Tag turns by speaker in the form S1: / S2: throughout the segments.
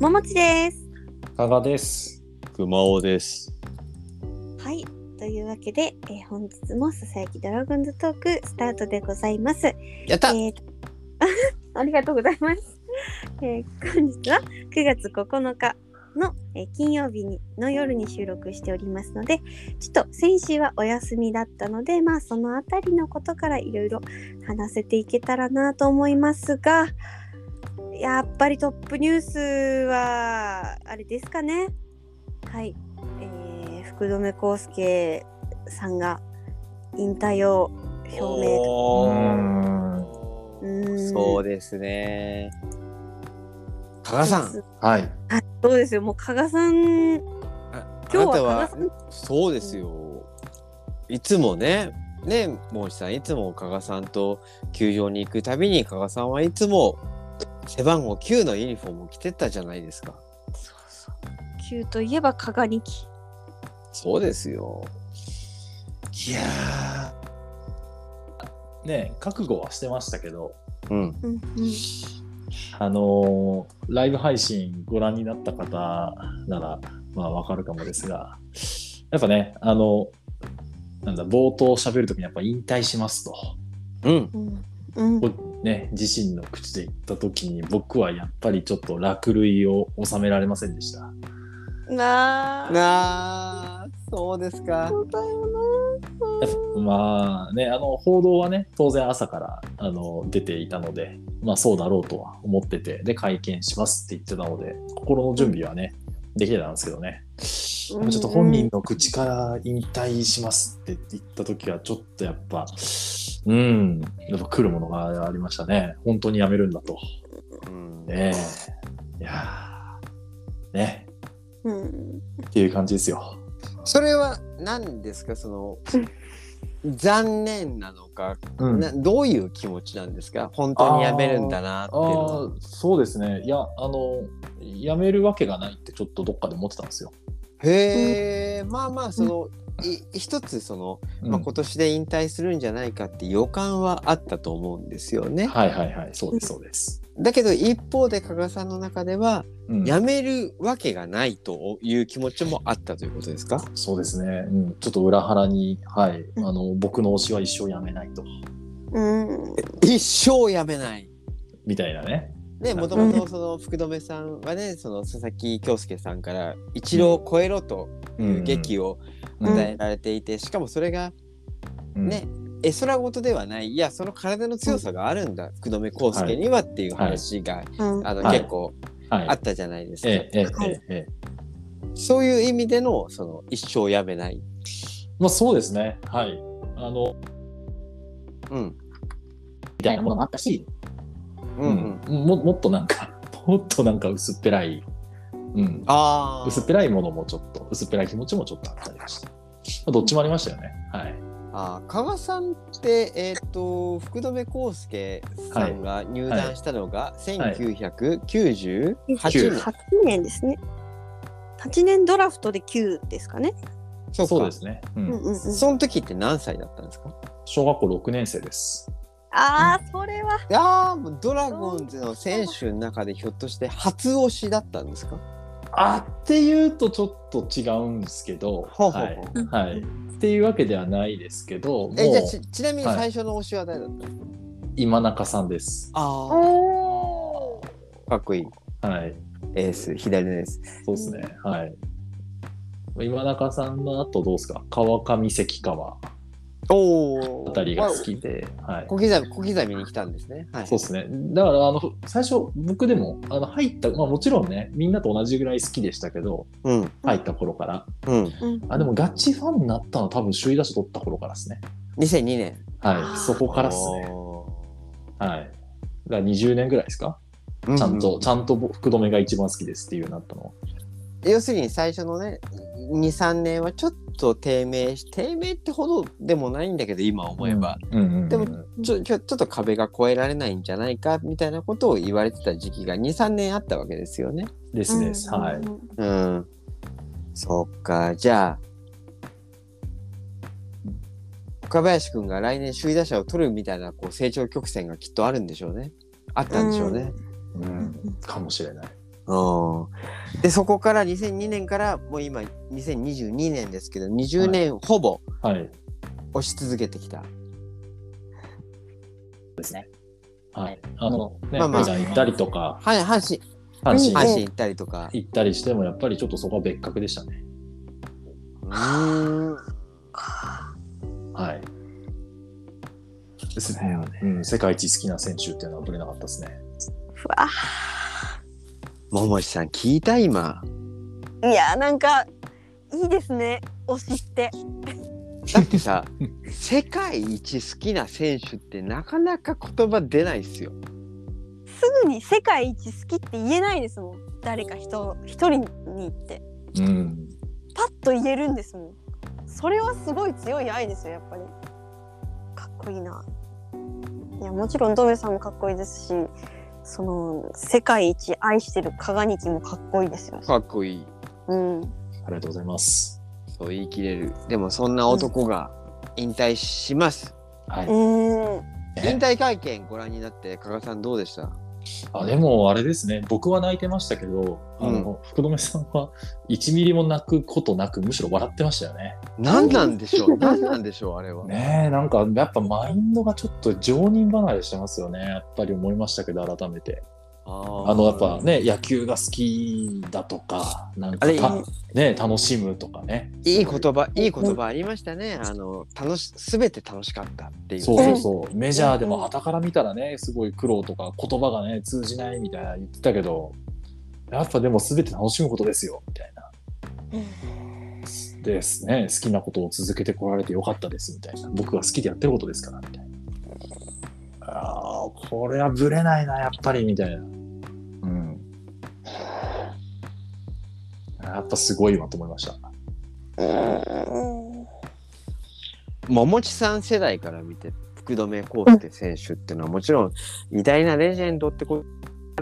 S1: ももちです。
S2: 加賀です。
S3: 熊尾です。
S1: はい。というわけで、えー本日もささやきドラゴンズトークスタートでございます。え
S3: やった
S1: ー ありがとうございます。えー本日は9月9日の、えー金曜日にの夜に収録しておりますので、ちょっと先週はお休みだったので、まあそのあたりのことからいろいろ話せていけたらなと思いますが、やっぱりトップニュースはあれですかね。はい、えー、福留孝介さんが引退を表明。
S2: う
S3: おー
S2: ん。
S1: うーん
S3: そうですね。加
S1: 加
S3: 賀さん、
S2: はい。
S1: そうですよ。もう加賀さん、今日は
S3: あなた
S1: 加賀さん
S3: そうですよ。いつもね、ね、もうさん、いつも加賀さんと球場に行くたびに、加賀さんはいつも背番号9のユニフォームを着てったじゃないですか。
S1: 級といえば加賀にき。
S3: そうですよ。いや
S2: ねえ覚悟はしてましたけど、
S3: ー、うん、
S1: うんうん。
S2: あのーライブ配信ご覧になった方なら、まあわかるかもですが、やっぱね、あの、なんだ、冒頭喋るときにやっぱ引退しますと、
S3: うん、
S1: うん。うん。
S2: ぼね、自身の口で言ったときに、僕はやっぱりちょっと落類を収められませんでした。
S1: なあ。
S3: なあ、そうですか。
S1: そうだよ
S2: やっぱまあね、あの報道はね、当然朝からあの出ていたので、まあそうだろうとは思ってて、で、会見しますって言ってたので、心の準備はね、できてたんですけどね、ち
S1: う
S2: ょ
S1: ん
S2: っと本人の口から引退しますって言った時は、ちょっとやっぱ、うん、やっぱ来るものがありましたね、本当に辞めるんだと。
S3: うん
S2: ねえ、いやーね、
S1: な。うん。
S2: っていう感じですよ。
S3: それは何ですかその残念なのか、
S2: うん
S3: などういう気持ちなんですか本当にやめるんだなっていうの
S2: あ
S3: は
S2: あそうですねいやあの辞めるわけがないってちょっとどっかで思ってたんですよ。
S3: へえまあまあその、い一つその、まあ、今年で引退するんじゃないかって予感はあったと思うんですよね。
S2: はいはいはいそうですそうです。
S3: だけど一方で加賀さんの中では
S2: うん
S3: やめるわけがないという気持ちもあったということですか
S2: そうですね、うん、ちょっと裏腹に、はい、あの僕の推しは一生辞めないと
S1: うん。
S3: 一生やめない
S2: みたいなね。
S3: ね、
S2: なる
S3: もと
S2: ほ
S1: ど
S3: もとその福留さんはねその佐々木恭介さんから一浪を超えろという劇を
S2: うん
S3: 与えられていて、しかもそれが
S2: うん
S3: ね、絵空事ではないいやその体の強さがあるんだ、福留孝介にはっていう話が、
S1: うん。
S3: あの
S2: はい
S3: 結構
S2: はい
S3: あったじゃないですか、
S2: ええええ
S1: はい
S2: ええ
S3: そういう意味でのその一生やめない、
S2: まあそうですねはいあの
S3: うん
S2: みたいなものもあったし、
S3: うんうん
S2: うんももっとなんかもっとなんか薄っぺらい、うん、
S3: ああ
S2: 薄っぺらいものもちょっと薄っぺらい気持ちもちょっとあったりましたまあどっちもありましたよねはい
S3: あー加賀さんって、えー、と福留孝介さんが入団したのが
S2: い
S3: 1998年、
S1: 八年ですね。八年ドラフトで九ですかね。
S3: そうか
S2: そうですね、う
S1: うんんうんうん。
S3: その時って何歳だったんですか
S2: 小学校6年生です
S1: ああ、それは。
S3: ああもうドラゴンズの選手の中でひょっとして初推しだったんですか
S2: あっていうとちょっと違うんですけど
S3: ほうほうほう
S2: はいはい、っていうわけではないですけどもう
S3: えじゃあちちなみに
S2: はい
S3: 最初の推しは誰だったんですか、
S2: 今中さんです
S3: あ
S1: おお。
S3: あかっこいい
S2: はい
S3: エース左のエース
S2: そうですねはい今中さんの後どうですか川上関川
S3: おお
S2: あたりが好きで、はい、
S3: 小刻み小刻みに来たんですねはい
S2: そうですね。だから、あの、最初、僕でも、あの、入った、まあもちろんね、みんなと同じぐらい好きでしたけど、
S3: うん
S2: 入った頃から。
S3: うん
S1: うん。
S2: あ、でも、ガチファンになったのは多分、首位打者取った頃からですね。
S3: 2002年
S2: はい。そこからですね。
S3: お
S2: はい。だから20年ぐらいですか、
S3: ー
S2: ちゃん
S3: う
S2: と、ちゃんと福留が一番好きですっていうようになったのは。
S3: 要するに最初のね23年はちょっと低迷し低迷ってほどでもないんだけど今思えば、。
S2: うんうん、うん。
S3: でもちょちょちょっと壁が越えられないんじゃないかみたいなことを言われてた時期が23年あったわけですよね。
S2: ですです。はい。
S3: うん、そっかじゃあ岡林君が来年首位打者を取るみたいなこう成長曲線がきっとあるんでしょうね。あったんでしょうね。
S2: うん。かもしれない。
S3: うんでそこから2002年からもう今2022年ですけど20年ほぼ
S2: はい。
S3: 押し続けてきた、
S4: ですね。
S2: はい。あの、ね、
S3: まあまあ
S2: じゃん行ったりとか、
S3: はい、阪
S2: 阪
S3: 神
S2: 神
S3: 阪神行ったりとか
S2: 行ったりしても、やっぱりちょっとそこは別格でしたね。
S3: うーん
S2: はい。ですね。うん、世界一好きな選手っていうのは取れなかったですね。
S1: ふわ
S3: 桃地さん聞いた今
S1: ーいやーなんかいいですね推しって
S3: だってさ 世界一好きな選手ってなかなか言葉出ないっすよ
S1: すぐに世界一好きって言えないですもん誰か人一人にって
S2: うん。
S1: パッと言えるんですもんそれはすごい強い愛ですよやっぱりかっこいいないやもちろんドメさんもかっこいいですしその世界一愛してる鏡木もかっこいいですよ
S3: かっこいい
S1: うん
S2: ありがとうございます。
S3: そう言い切れるでもそんな男が引退します、
S2: はい。
S1: うん
S2: ね
S3: 引退会見ご覧になって加賀さんどうでした
S2: あでもあれですね僕は泣いてましたけど、あの福留さんは1ミリも泣くことなくむしろ笑ってましたよね。
S3: 何なんでしょう何なんでしょうあれは、
S2: ねえなんかやっぱマインドがちょっと常人離れしてますよねやっぱり思いましたけど改めて
S3: あ
S2: あのやっぱね野球が好きだとかなん
S3: あ
S2: か
S3: れ
S2: たね楽しむとかね
S3: いい言葉いい言葉ありましたねあの楽し全て楽しかったっていう
S2: そうそうそうメジャーでも傍から見たらねすごい苦労とか言葉がね通じないみたいな言ってたけどやっぱでも全て楽しむことですよみたいな。ですね好きなことを続けてこられてよかったですみたいな僕が好きでやってることですからみたいなあーこれはぶれないなやっぱりみたいなうんやっぱすごいわと思いました
S1: うん
S3: 桃地さん世代から見て福留孝介選手っていうのはもちろん偉大なレジェンドってこと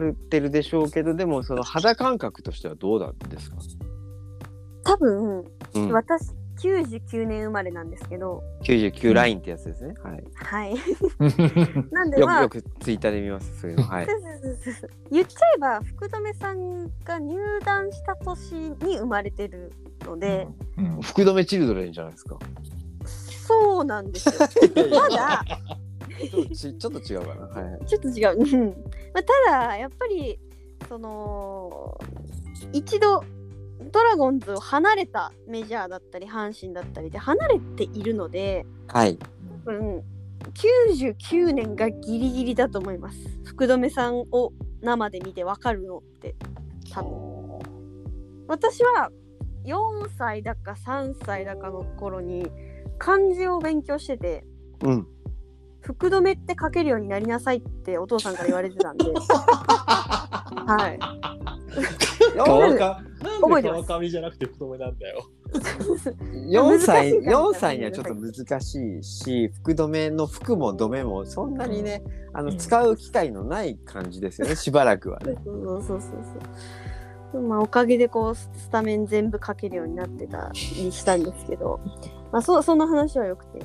S3: になってるでしょうけどでもその肌感覚としてはどうなんですか、
S1: 多分
S3: うん、
S1: 私99年生まれなんですけど
S3: 99ラインってやつですね、はい、
S1: はいなんで
S3: よく
S1: まあ
S3: よくツイッターで見ますそういう のはい
S1: そうそうそうそう言っちゃえば福留さんが入団した年に生まれてるので、
S2: うん
S3: 福留チルドレンじゃないですか
S1: そうなんですよただ
S3: ちょっとちちょっと違うかな、はい、
S1: ちょっと違う、うんまあ、ただやっぱりその一度ドラゴンズを離れたメジャーだったり阪神だったりで離れているので、
S3: はい、
S1: うん、99年がギリギリだと思います福留さんを生で見てわかるのって多分私は4歳だか3歳だかの頃に漢字を勉強してて
S3: うん
S1: 福留って書けるようになりなさいってお父さんから言われてたんではい覚え
S2: 川上なん
S1: て
S2: で
S1: ます
S2: 川上じゃなくて太めなんだよ
S3: 4歳
S1: 難しいかも
S3: 4歳にはちょっと難しいし福留の服も留めもそんなにね、あの
S2: うん
S3: 使う機会のない感じですよねしばらくはね。
S1: そうそうそうそうまあおかげでこうススタメン全部書けるようになってたりしたんですけどまあそうそんな話はよくて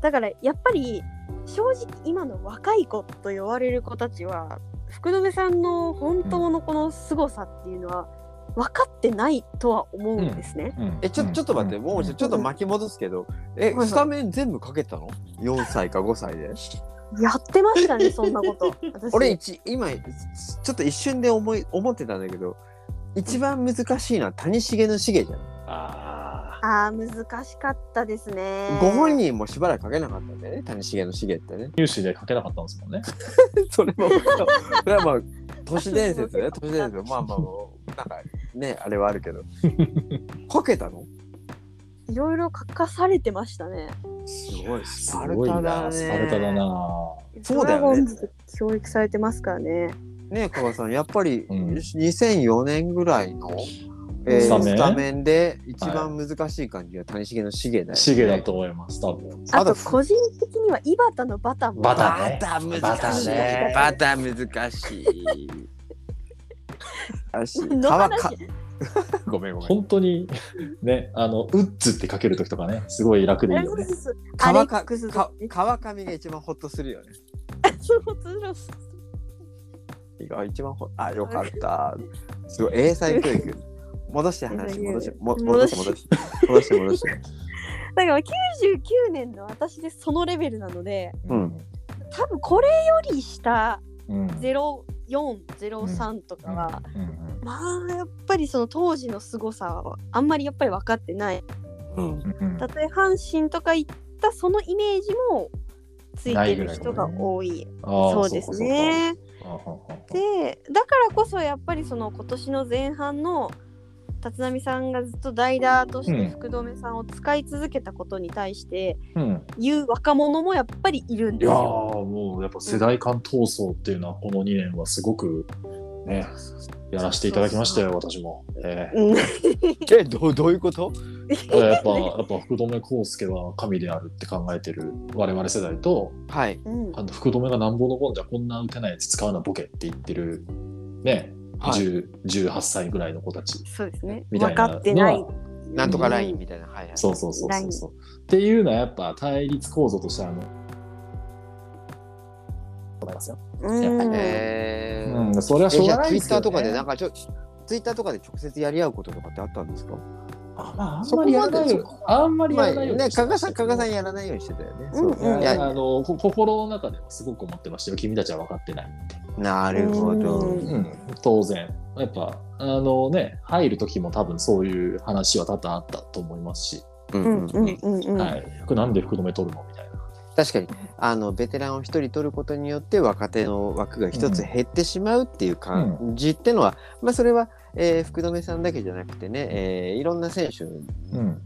S1: だからやっぱり正直今の若い子と呼ばれる子たちは福留さんの本当のこの凄さっていうのは分かってないとは思うんですね、
S3: えちょちょっと待って、もうちょちょっと巻き戻すけどえ、
S1: はいはい
S3: スタメン全部かけたの ?4 歳か5 歳で
S1: やってましたねそんなこと 私
S3: 俺一今ちょっと一瞬で思い思ってたんだけど一番難しいのは谷繁の重じゃない、
S2: あ
S1: あー難しかったですね
S3: ご本人もしばらくかけなかったんだよね谷繁の重ってね
S2: 入手で書けなかったんですもんね
S3: それもそれはまあ都市伝説ね都市伝説まあまあまあなんかねあれはある けどかけたの
S1: いろいろ書かされてましたね
S3: すごいス
S2: すごいなスパルタだな
S3: そうだ
S1: ドラ
S3: よね
S1: ゴンズって教育されてますからね。
S3: ねえ加賀さんやっぱり
S2: うん
S3: 2004年ぐらいの、えー
S1: スタメ
S2: ン
S3: スタメンで一番難しい感じは谷繁の重だよね。
S2: シゲだと思います多分
S1: あ
S3: あ
S1: と
S3: と
S1: 個人的には井端のバタも。
S2: バタ
S3: バター難しい。
S1: バ
S3: バター 難しい。難しい
S1: の
S3: 川
S1: 話
S3: かごめんごめん。
S2: 本当にねあのウッズって書ける時とかねすごい楽でいいよね
S1: アレ
S3: 川
S1: ッ
S3: か
S1: クス
S3: か川上が一番ホッとするよね。
S1: そうそうそう
S3: が一番ほあよかった。すごい英才教育。戻して話戻しても戻して戻
S1: 戻
S3: して戻して戻して。
S1: だから99年の私でそのレベルなので
S3: うん
S1: 多分これより下
S2: うん。うん
S1: 0403とかは、
S2: うん
S1: まあやっぱりその当時の凄さはあんまりやっぱり分かってない
S3: うん
S2: うん
S1: たとえ阪神とか行ったそのイメージもついてる人が多い
S2: ああ
S1: そうです。ね。
S2: そうかそうか
S1: でだからこそやっぱりその今年の前半の立浪さんがずっと代打として福留さんを使い続けたことに対して
S2: うんうん。
S1: 言う若者もやっぱりいるん
S2: い
S1: です
S2: やー
S1: よ。
S2: もうやっぱ世代間闘争っていうのはこの2年はすごくねやらせていただきましたよ私も。え
S1: うん
S3: えどうどういうこと？
S2: えやっぱやっぱ福留孝介は神であるって考えてる我々世代と
S3: はい
S1: うん
S2: あの福留がなんぼのもんじゃこんな打てないやつ使うなボケって言ってるね、
S3: はい
S2: 10 18歳ぐらいの子たち
S1: そうですね。
S2: みた
S1: 分
S2: いな
S1: か
S2: のは
S1: ってない。
S3: なんとかラインみたいなはいはい。
S2: そうそうそうそうそう。っていうのはやっぱ対立構造としてあの思いますよ。
S1: うん
S3: えー
S2: うん、それはしょう
S3: えじ
S2: が
S3: ゃあ
S2: ない
S3: ツイ
S2: で
S3: ッ
S2: すよ、
S3: ター
S2: ね。
S3: とかでなんかちょツイッターとかで直接やり合うこととかってあったんですか？
S2: あまあ、あん
S3: そ
S2: ま
S3: こ
S2: りや
S3: ま
S2: ら
S3: で
S2: ないよ。あんまりや
S3: まあ
S2: らないように
S3: ね
S2: して
S3: 加
S2: ま
S3: 賀
S2: した
S3: さ
S2: け
S3: ん
S2: ど
S3: 加賀さんやらないようにしてたよね。
S1: うんうん
S3: そうそう
S2: い
S3: いや
S2: やあのこ心の中ではすごく思ってましたよ君たちは分かってないって、
S3: なるほ
S1: う
S3: ど。
S2: うん、当然やっぱあのね入る時も多分そういう話は多々あったと思いますし、
S3: うん
S1: うん
S3: う
S1: うんんうんうん。
S2: はい、これなんで福留取るのみたいな
S3: 確かにあのベテランを一人取ることによって若手の枠が一つ減ってしまうっていう感じってのは、まあそれは、えー福留さんだけじゃなくてね、えーいろんな選手、
S2: うん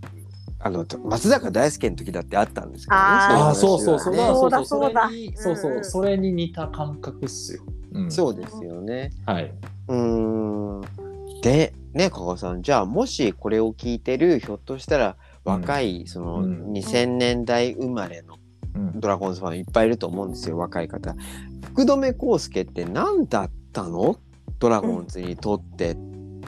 S3: あの松坂大輔の時だってあったんですけどね
S1: あ
S2: ああ
S1: ー
S2: そう
S3: 話
S2: そう
S3: は
S2: そう
S3: ね
S2: だから
S1: そうだ
S2: そう
S1: そうだうん
S2: それにそうそううんそれに似た感覚っすよ、うん、
S3: そうですよね。
S2: はい、
S3: うーんでね加賀さんじゃあもしこれを聞いてるひょっとしたら若い、その
S2: うん
S3: 2000年代生まれの
S2: うん、
S3: ドラゴンズファンいっぱいいると思うんですよ若い方。福留孝介って何だったのドラゴンズにとってっ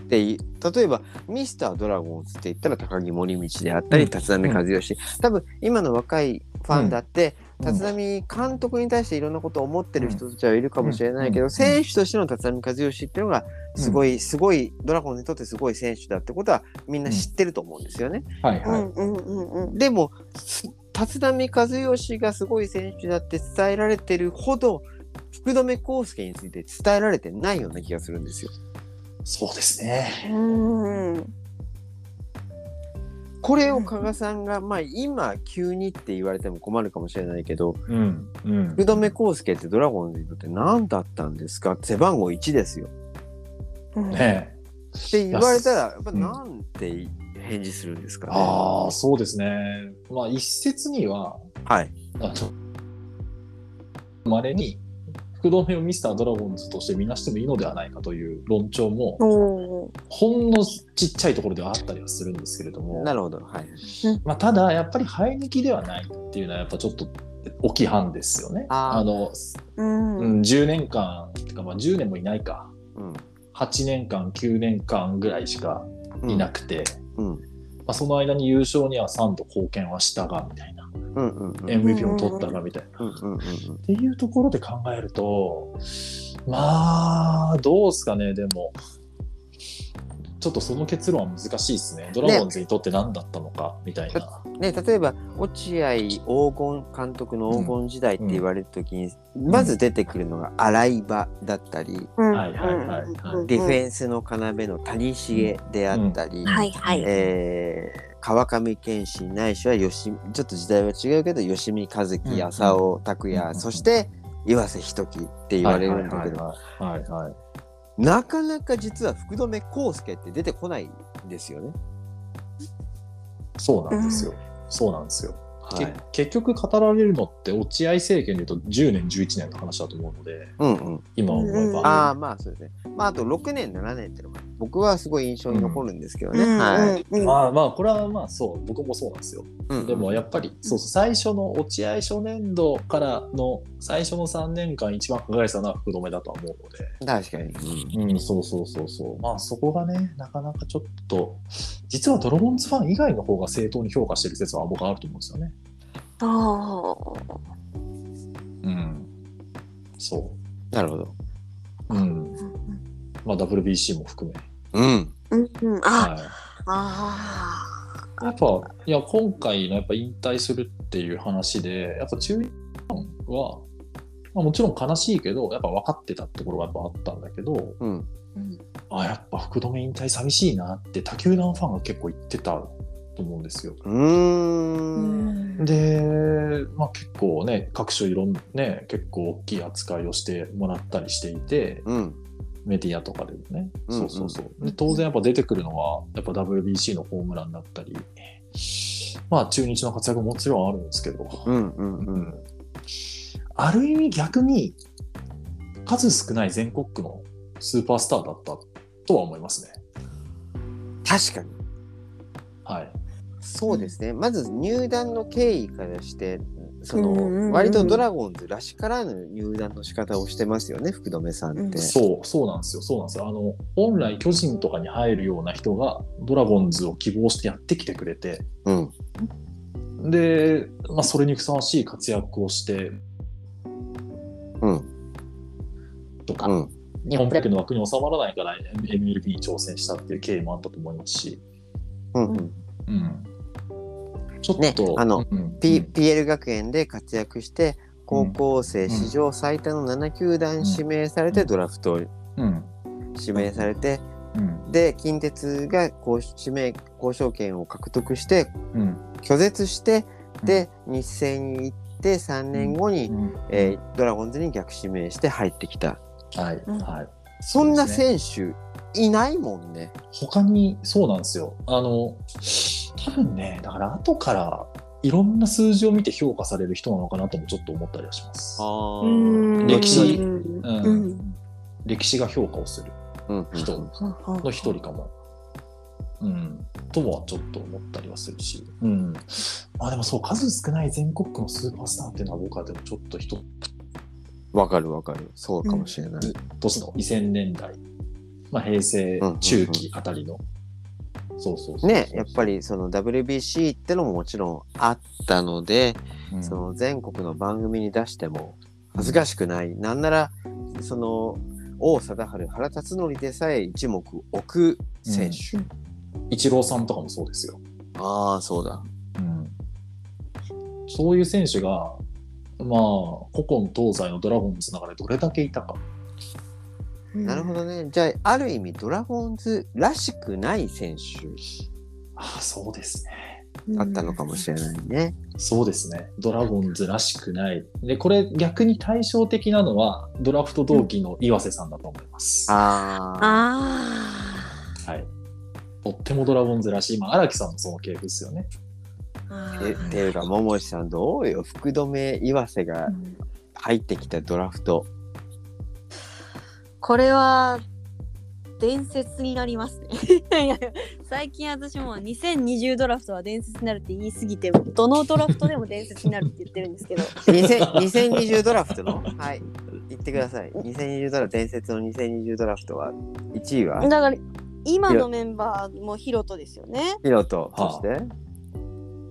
S3: てい例えばミスタードラゴンズって言ったら高木森道であった
S2: う
S3: り
S2: ん
S3: 立浪和義、多分今の若いファンだって、立浪監督に対していろんなことを思ってる人たちはいるかもしれないけど、
S2: うん
S3: 選手としての立浪和義っていうのがすごい、すごいドラゴンズにとってすごい選手だってことはみんな知ってると思うんですよね。
S2: はいは
S1: う
S2: い、
S1: んうんうんうん。
S3: でもす立浪和義がすごい選手だって伝えられてるほど福留孝介について伝えられてないような気がするんですよ。
S2: そうですね
S1: うん
S3: これを加賀さんが、まあ、今急にって言われても困るかもしれないけど
S2: うんうん
S3: 福留孝介ってドラゴンズにとって何だったんですか背番号1ですよ。
S1: うん
S2: ねえ
S3: って言われたらやっぱ
S2: うん
S3: なんて返事するんですかね。
S2: ああそうですねまあ一説には
S3: はい。
S2: あのまれに福留をミスタードラゴンズとして見なしてもいいのではないかという論調も
S1: おー
S2: ほんのちっちゃいところではあったりはするんですけれども、
S3: なるほど。はい。
S2: まあ、ただやっぱり生え抜きではないっていうのはやっぱちょっと大きい判ですよね。
S3: あー
S2: の、
S1: うん
S2: うん、10年間てかまあ10年もいないか
S3: うん。
S2: 8年間9年間ぐらいしか
S3: うん
S2: いなくて、
S3: うん。
S2: まあ、その間に優勝には3度貢献はしたがみたいな
S3: うんうんうん。
S2: MVP を取ったがみたいな。
S3: うんうんうん
S2: っていうところで考えるとまあどうですかねでもちょっとその結論は難しいですねドラゴンズにとって何だったのかみたいな、
S3: うんね例えば落合黄金監督の黄金時代って言われる時に、まず出てくるのが洗い場だったり、
S1: うん
S2: はいはいはいはい
S1: うん
S3: ディフェンスの要の谷繁であったり、
S2: うん
S1: はいはい。
S3: えー川上健信ないしは吉ちょっと時代は違うけど吉見和
S2: うん
S3: 樹浅尾拓
S2: うんう
S3: 也、
S2: ん
S3: そして岩瀬仁樹って言われるんだけど、
S2: はいはいはいはいはい
S3: なかなか実は福留孝介って出てこないんですよね。
S2: そうなんですよ、そうなんですよ、
S3: は
S2: け。結局語られるのって落合政権でいうと10年11年の話だと思うので
S3: うんうん。
S2: 今思えば、
S1: うん
S3: ああまあそうですね。まああと6年7年っていうのが僕はすごい印象に残るんですけどね。
S1: うん
S3: はい。
S1: うんうん
S2: まあまあこれはまあそう僕もそうなんですよ
S3: うんうん
S2: でもやっぱりそうそう最初の落合初年度からの最初の3年間一番輝いてたのは福留だとは思うので。
S3: 確かに。
S2: うん、そうそうそうそう。まあそこがね、なかなかちょっと、実はドラゴンズファン以外の方が正当に評価してる説は僕はあると思うんですよね。
S1: あ
S2: うん。そ
S3: なるほど。
S2: う。うん。
S1: ー
S2: まあ、WBC も含め。
S3: うん。
S1: うんうん、あ、
S2: はい
S1: あ
S2: やっぱいや今回のやっぱ引退するっていう話でやっぱ中日ファンは、まあ、もちろん悲しいけどやっぱ分かってたってところがやっぱあったんだけど
S3: うん。
S1: ー、うん
S2: あやっぱ福留引退寂しいなって他球団ファンが結構言ってたと思うんですよ。
S3: うーん。
S2: で、まあ、結構ね各所いろんなね結構大きい扱いをしてもらったりしていて
S3: うん。
S2: メディアとかでもね、
S3: うんうん
S2: そうそうそうで当然やっぱ出てくるのはやっぱ WBC のホームランだったりまあ中日の活躍ももちろんあるんですけど、
S3: うん。うん。
S2: う
S3: うん。
S2: んある意味逆に数少ない全国区のスーパースターだったとは思いますね。
S3: 確かに。
S2: はい、
S3: そうですね。まず入団の経緯からして、そ
S1: うんうんうん
S3: の、割とドラゴンズらしからぬ入団の仕方をしてますよね、福留さんって。
S2: そうそうなんですよそうなんですよあの本来巨人とかに入るような人がドラゴンズを希望してやってきてくれて
S3: うん。
S2: で、まあ、それにふさわしい活躍をして
S3: うん。
S2: とか、
S3: うん。
S2: 日本プロ野球の枠に収まらないから MLB に挑戦したっていう経緯もあったと思いますし、
S3: うんうん。
S2: うん、ちょっと、
S3: ねあの
S2: うん、
S3: P- PL 学園で活躍して高校
S2: う
S3: 生
S2: ん
S3: 史上最多の7球団指名され
S2: う
S3: て
S2: ん
S3: ドラフト
S2: うん
S3: 指名されて
S2: うん
S3: で近鉄がこう指名交渉権を獲得して
S2: うん
S3: 拒絶して
S2: うん
S3: で日清に行って3年後に、
S2: うん
S3: えードラゴンズに逆指名して入ってきた
S2: はい、
S1: うん
S2: はい。
S3: そんな
S2: そうで
S3: 選手いないもんね。
S2: 他に、そうなんですよ。あの、多分ね、だから後からいろんな数字を見て評価される人なのかなともちょっと思ったりはします。
S3: あ
S1: うん
S2: 歴史
S1: うん
S2: うん
S1: うん
S2: 歴史が評価をする
S3: うん
S2: 人
S1: ほうほうほ
S2: の
S1: う
S2: 一人かも。うん。とはちょっと思ったりはするし。うん。まあでもそう、数少ない全国区のスーパースターっていうのは僕はでもちょっと一
S3: わかるわかるそうかもしれない。
S2: つの2000年代、まあ平成中期あたりの。そうそうそう。
S3: ねやっぱりその WBC ってのももちろんあったので、
S2: うん
S3: その全国の番組に出しても恥ずかしくない、なんならその王貞治原辰徳でさえ一目置く選手、
S2: イチローさんとかもそうですよ。
S3: ああそうだ
S2: そういう選手が、まあ、古今東西のドラゴンズの中でどれだけいたか。
S1: うん
S3: なるほどねじゃあある意味ドラゴンズらしくない選手
S2: ああ、そうですね。
S3: だったのかもしれないね、
S2: そうですね。ドラゴンズらしくない。で、これ逆に対照的なのは、ドラフト同期の岩瀬さんだと思います。
S3: ああ
S1: あ
S2: はい。とってもドラゴンズらしい。今、荒木さんもその系譜ですよね。
S1: ーあ
S3: て
S1: ー
S3: ていうか桃井さんどうよ福留岩瀬が
S1: うん
S3: 入ってきたドラフ ト
S1: これは伝説になりますねいやいや最近私も2020ドラフトは伝説になるって言い過ぎてどのドラフトでも伝説になるって言ってるんですけど
S3: 2000 2020ドラフトのはい言ってください2020ドラ伝説の2020ドラフトは1位は
S1: だから今のメンバーもヒロトですよね
S3: ヒロと、
S2: はあ
S3: そして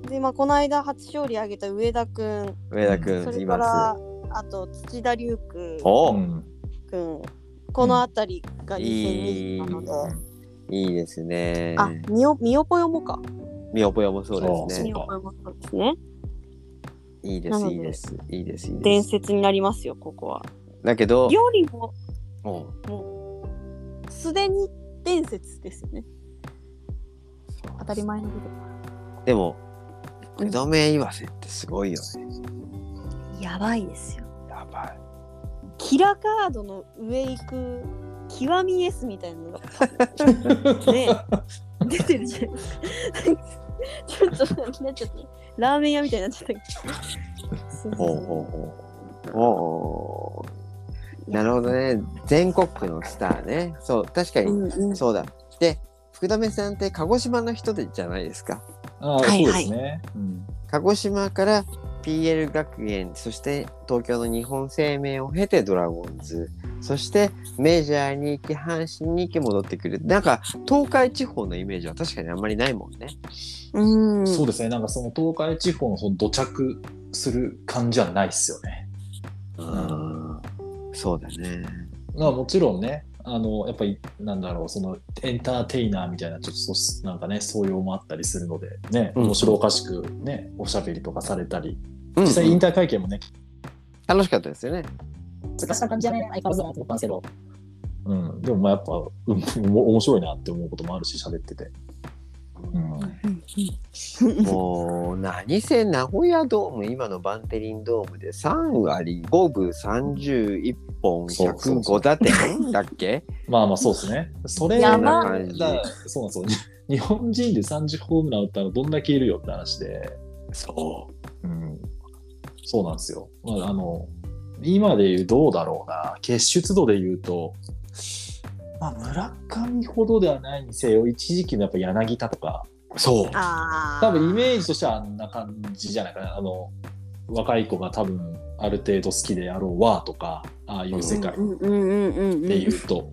S1: で、まあ、この間初勝利挙げた上田くん
S3: 上田
S1: そ
S3: 君、
S1: れ
S3: い
S1: か
S3: ま
S1: らあと土田龍君
S3: す。おお、
S2: ん。
S1: くんこの辺りが
S3: いい
S1: 2020なので、
S3: いいですね。
S1: あみおみおぽよもか
S3: みおぽよもそうで
S2: そ
S3: す
S2: う
S1: み
S3: ね。
S1: おぽよもそうですね
S3: いいで
S1: な
S3: す、
S1: ので
S3: いいです、いいです、いいで
S1: 伝
S3: す。
S1: 説になりますよここは
S3: だけど、
S1: よりも
S3: お
S1: すでに伝説ですよね。当たり前のこ
S3: でも、
S1: うん
S3: 福留岩瀬ってすごいよね。
S1: と。やばいですよ。
S3: やばい。
S1: キラカードの上行く極み S みたいなの がね出てるじゃないですか。ちょっとなっちゃった。ラーメン屋みたいになっちゃった。すいません
S3: おうおうおうおうなるほどね。全国区のスターね。そう、確か
S1: う
S3: に、
S1: んうん、
S3: そうだ。で、福留さんって鹿児島の人でじゃないですか。
S2: ああ、
S1: はい
S2: そう
S1: は
S2: で
S1: い
S2: すね。うん
S3: 鹿児島から PL 学園そして東京の日本生命を経てドラゴンズそしてメジャーに行き阪神に行き戻ってくるなんか東海地方のイメージは確かにあんまりないもんね
S1: うん、
S2: そうですね。なんかその東海地方のその土着する感じはないですよね。
S3: そうだね
S2: まあもちろんね、あのやっぱりなんだろうそのエンターテイナーみたいなちょっとそなんかね素養もあったりするのでね
S3: うん
S2: 面白おかしくねおしゃべりとかされたり
S3: 実
S2: 実際引退会見もね
S3: 楽しかっ たですよね。
S2: 難しな感じじゃない相変わらずだなと思ったんですけど。うん、でもまあやっぱ、うん、おも面白いなって思うこともあるし喋ってて、うん、
S3: もう何せ名古屋ドーム今のバンテリンドームで3割5分31本
S2: そうそうそ
S3: 105
S2: う
S3: 打点だっけ
S2: まあまあそうですねそれ
S3: そん
S1: 山
S3: な
S2: が
S3: 感じ。
S2: そうなんですよ日本人で30ホームラン打ったらどんだけいるよって話で
S3: そ
S2: うん、そうなんですよ。まあ、あの今でいうどうだろうな結出度でいうと、まあ、村上ほどではないにせよ一時期のやっぱ柳田とか
S3: う。そう。
S1: あー
S2: 多分イメージとしてはあんな感じじゃないかなあの若い子が多分ある程度好きであろうわとかああいう世界
S1: うんうんうんうんうん
S2: でいうと。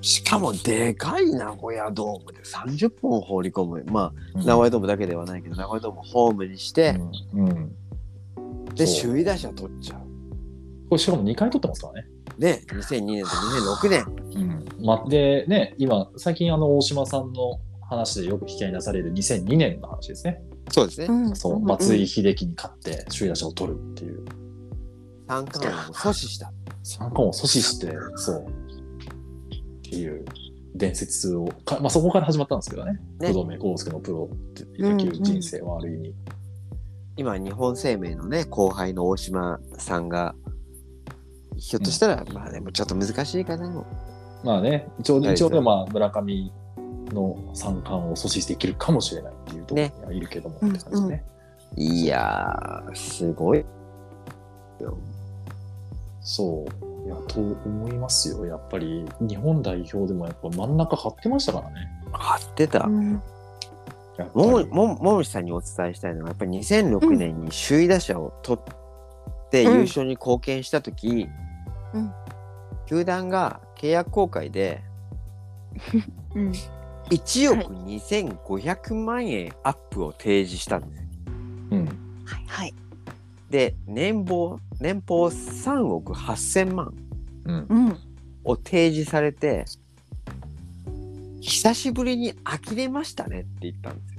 S3: しかもでかい名古屋ドームで30本放り込む。ま
S2: うん
S3: あ名古屋ドームだけではないけど名古屋ドームホームにして、
S2: うんうん
S3: で
S2: そう
S3: 首位打者取っちゃう。
S2: これしかも2回取ってますからね。
S3: ね2002年と2006年。
S2: まあ、でね今最近あの大島さんの話でよく引き合いに出される2002年の話ですね。
S3: そうですね。
S1: ん
S2: そう、
S1: ん
S2: 松井秀喜に勝って首位打者を取るっていう
S3: 三冠王を阻止した。
S2: 三冠を阻止してそうっていう伝説をか、まあ、そこから始まったんですけどね
S3: ね
S2: 工藤明康介のプロっていう野球人生はある意味、
S3: 今日本生命のね後輩の大島さんがひょっとしたら、まあでもちょっと難しいかな
S2: まあね一応
S3: はい
S2: 一応ね、まあ、村上の三冠を阻止できるかもしれないっていうところにはいるけども、
S1: ね
S2: って感じでね、
S3: いやーすごい
S2: そういやと思いますよやっぱり日本代表でもやっぱ真ん中張ってましたからね
S3: 張ってた、
S1: うん
S2: やっぱり
S3: ももももみさんにお伝えしたいのはやっぱり2006年に首位打者を取って
S1: うん
S3: 優勝に貢献した時、
S1: うん
S3: 球団が契約更改で
S1: うん
S3: 1億2500万円アップを提示したんですよ
S2: う
S1: は
S2: ん
S1: いはい
S3: で年俸年俸3億8000万
S2: うん
S1: うん
S3: を提示されて久しぶりに呆れましたねって言ったんですよ。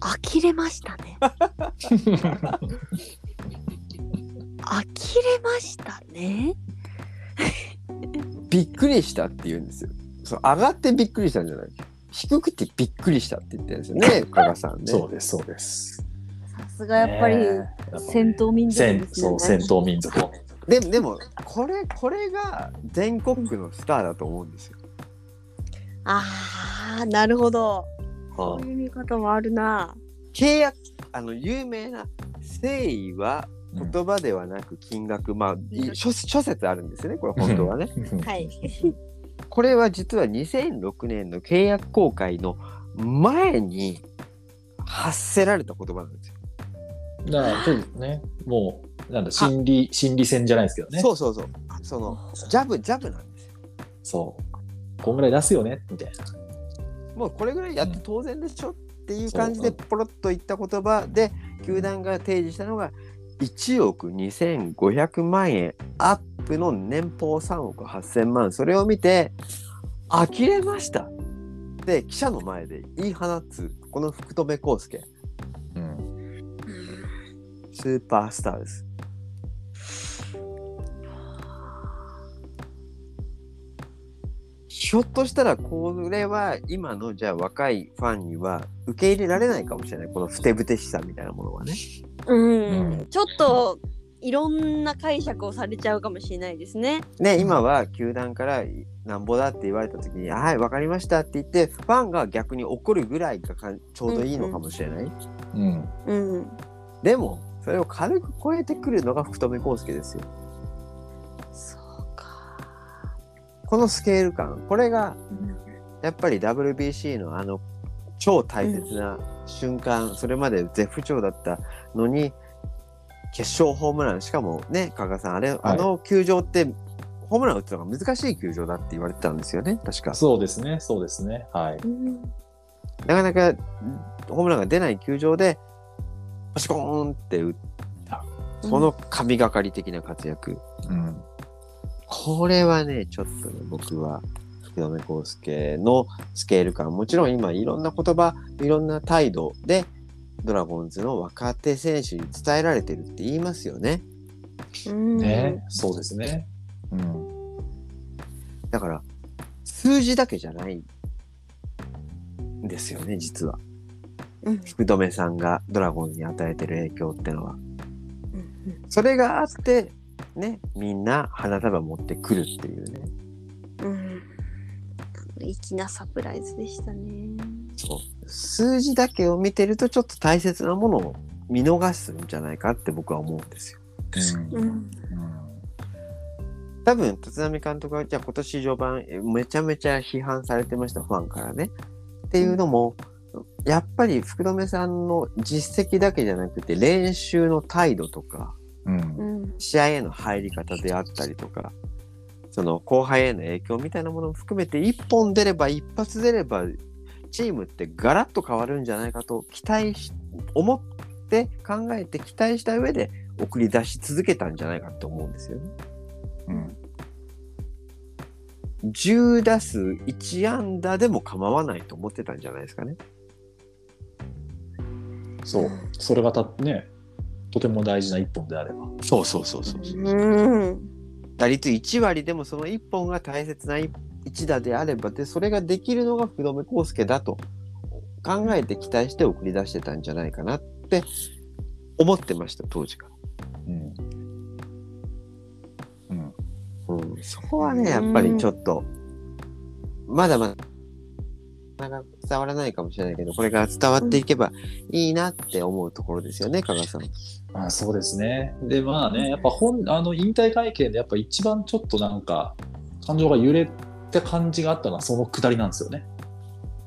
S1: 呆れました ね呆れましたね
S3: びっくりしたって言うんですよ。そう上がってびっくりしたんじゃない低くてびっくりしたって言ってるんですよね、加賀さんね。
S2: そうですそうです
S1: さすがやっぱり
S2: ねえやっぱね
S1: 戦闘民族
S2: 戦
S1: です
S2: そ
S1: よ
S2: う戦
S1: ね
S2: 闘民族
S3: ででもこれこれが全国区のスターだと思うんですよ。
S1: ああなるほど
S2: あ
S1: そういう見方もあるな
S3: 契約あの有名な誠意は
S2: うん
S3: 言葉ではなく金額、まあい諸諸説あるんですよねこれ本当はね。
S1: はい
S3: これは実は2006年の契約更改の前に発せられた言葉なんですよ。
S2: だからそうですねもうなんだ心理心理戦じゃないですけどね
S3: そうそうそう。そのジャブジャブなんですよ。
S2: そうこんぐらい出すよねみたいな
S3: もうこれぐらいやって当然でしょっていう感じ
S2: う
S3: で
S2: ん
S3: ポロッと言った言葉で球団が提示したのが1億2500万円アップの年俸3億8000万それを見て呆れましたで記者の前で言い放つこの福留孝介
S2: うん
S3: スーパースターです。ひょっとしたらこれは今のじゃあ若いファンには受け入れられないかもしれないこのふてぶてしさみたいなものはね。
S1: うん、
S2: うん
S1: ちょっといろんな解釈をされちゃうかもしれないですね。
S3: ね今は球団からなんぼだって言われた時に「はいわかりました」って言ってファンが逆に怒るぐらいがかんちょうどいいのかもしれない。
S2: うん
S1: うん、
S3: でもそれを軽く超えてくるのが福留孝介ですよ。
S1: そうか。
S3: このスケール感これがやっぱり WBC のあの超大切な瞬間、それまで絶不調だったのに決勝ホームランしかもね加賀さんあれ、あの球場ってホームラン打つのが難しい球場だって言われてたんですよね確か
S2: そうですねそうですねはい
S1: うん、
S3: なかなかんホームランが出ない球場でパシコーンって打ったその神がかり的な活躍、
S2: うん
S3: これはね、ちょっとね、僕は福留孝介のスケール感、もちろん今いろんな言葉、いろんな態度で、ドラゴンズの若手選手に伝えられてるって言いますよね。
S1: うん
S2: ね、そうですね。うん。
S3: だから、数字だけじゃないんですよね、実は。
S1: うん
S3: 福留さんがドラゴンズに与えてる影響ってのは。
S1: うん
S3: それがあって、ね、みんな花束持ってくるっていうね。
S1: うんうん粋なサプライズでしたね。
S3: そう数字だけを見てるとちょっと大切なものを見逃すんじゃないかって僕は思うんですよ。
S2: うん。
S1: ん、
S3: 多分、立浪監督は、じゃあ今年序盤、えめちゃめちゃ批判されてました、ファンからね。っていうのも、やっぱり福留さんの実績だけじゃなくて、練習の態度とか、
S2: うん。
S1: う
S2: うん
S1: ん、
S3: 試合への入り方であったりとか、その後輩への影響みたいなものも含めて、一本出れば、一発出れば、チームってガラッと変わるんじゃないかと期待し、思って考えて期待した上で送り出し続けたんじゃないかと思うんですよね。
S2: うん。
S3: 10打数1安打でも構わないと思ってたんじゃないですかね。
S2: そう。それがたね、とても大事な一本であれば。
S3: そうそうそうそう
S1: うん、
S3: 打率1割でもその1本が大切な一打であればでそれができるのが福留孝介だと考えて期待して送り出してたんじゃないかなって思ってました当時から、
S2: うん。うん。
S3: うん、そこはねやっぱりちょっとまだまだなかなか伝わらないかもしれないけどこれが伝わっていけばいいなって思うところですよね加賀さん。
S2: まあ、そうですね。で、まあね、やっぱ本、あの、引退会見で、やっぱ一番ちょっとなんか、感情が揺れた感じがあったのは、その下りなんですよね。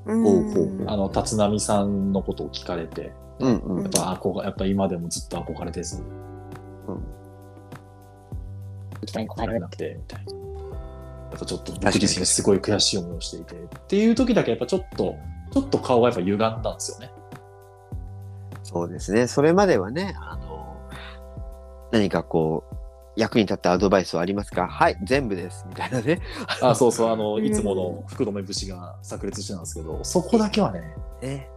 S1: うん
S3: ほうほう
S2: あの、立浪さんのことを聞かれて、
S3: うんうん
S2: やっぱ憧れ、やっぱ今でもずっと憧れてず、期待に応えられなくて、みたいな。やっぱちょっと僕自身がすごい悔しい思いをしていて、っていう時だけやっぱちょっと、ちょっと顔がやっぱ歪んだんですよね。
S3: そうですね。それまではね、あの、何かこう、役に立ったアドバイスはありますかはい、全部です。みたいなね。
S2: あ、そうそう、あの、
S1: うん
S2: いつもの福留節が炸裂してたんですけど、そこだけはね、
S3: ね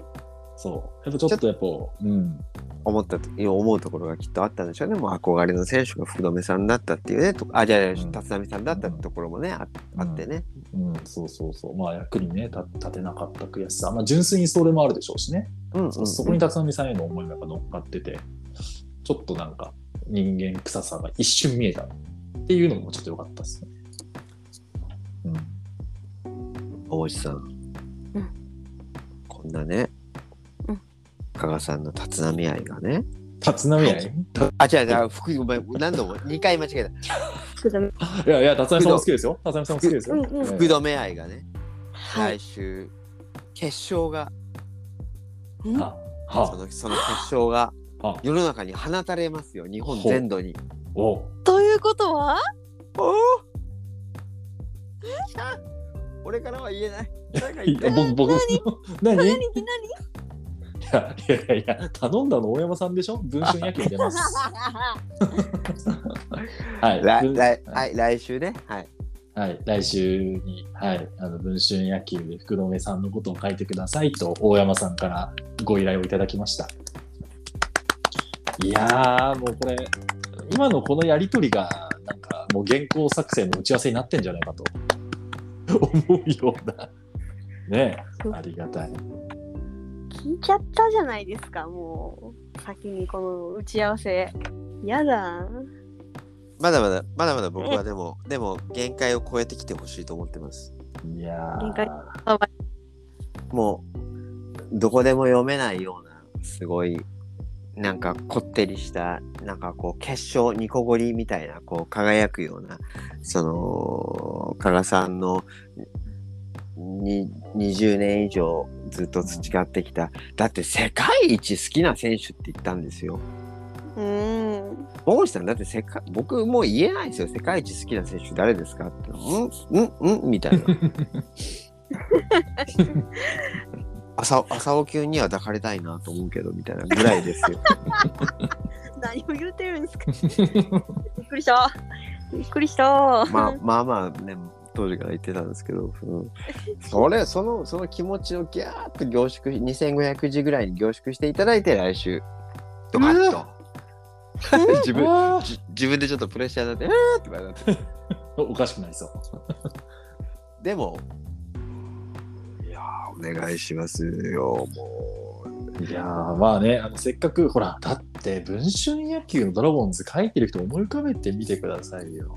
S2: そう、やっぱちょっとやっぱ、うん、
S3: 思ったと、思うところがきっとあったんでしょうね。もう憧れの選手が福留さんだったっていうね。とあ、じゃあ、立浪さんだったってところもね、ああってね。
S2: うん、そうそうそう、まあ役にね、た立てなかった悔しさ、まあ純粋にそれもあるでしょうしね、
S3: うん、うん、
S2: そそこに立浪さんへの思いがやっぱ乗っかってて、ちょっとなんか人間臭さが一瞬見えたっていうのもちょっと良かったですね。うん
S3: 大内さん。
S1: うん
S3: こんなね
S1: うん。
S3: 加賀さんの立浪愛がね。
S2: 立浪愛、
S1: はい
S2: い、
S3: あ、違う違う、福、ごめん何度も2回間違えた。
S1: 福留
S2: やいや、立浪さんも好きですよ。立浪さんも好きですよ。
S1: うんうん
S2: ええ
S3: 福留愛がね、
S1: は
S3: 来
S1: い。
S3: 週、決勝が
S1: うん
S2: あ
S3: そ
S2: は
S3: のその決勝が
S2: あ
S3: 世の中に放たれますよ日本全土に。
S2: お
S1: ということは
S3: おお俺からは言え ない。誰か
S2: い
S3: 言っ
S2: や
S3: て
S2: 僕僕何
S1: 何
S2: い
S1: 何
S2: やいやいや頼んだの大山さんでしょ文春野球に 出ますはい
S3: 来
S2: 文
S3: 来はい来週ね。はい。
S2: はい、来週に、はい、あの文春野球で福留さんのことを書いてくださいと大山さんからご依頼をいただきましたいやーもうこれ今のこのやり取りがなんかもう原稿作成の打ち合わせになってんじゃないかと思うようなねえありがたい
S1: 聞いちゃったじゃないですか、もう。先にこの打ち合わせ。やだ。
S3: まだまだまだまだ僕はでもでも限界を超えてきてほしいと思ってます。
S2: いや
S1: 限界
S2: ー
S3: もうどこでも読めないようなすごいなんかこってりしたなんかこう結晶ニコゴリみたいなこう輝くようなその加賀さんのに20年以上ずっと培ってきただって世界一好きな選手って言ったんですよ。
S1: うーん。
S3: 大内さんだって世界僕もう言えないですよ世界一好きな選手誰ですかってうんうんうんみた いな朝朝尾君には抱かれたいなと思うけどみたいなぐ らいですよ
S1: 何を言うてるんですか。びっくりした。びっくりした。
S3: まあまあまあね当時から言ってたんですけど、うん、それそのその気持ちをギャーッと凝縮し2500字ぐらいに凝縮していただいて来週ドカッと 自分
S2: あー
S3: じ自分でちょっとプレッシャーになって「あーってなって
S2: おかしくなりそう。
S3: でもいやーお願いしますよもう
S2: いやーまあねあのせっかくほらだって文春野球のドラゴンズ書いてる人思い浮かべてみてくださいよ。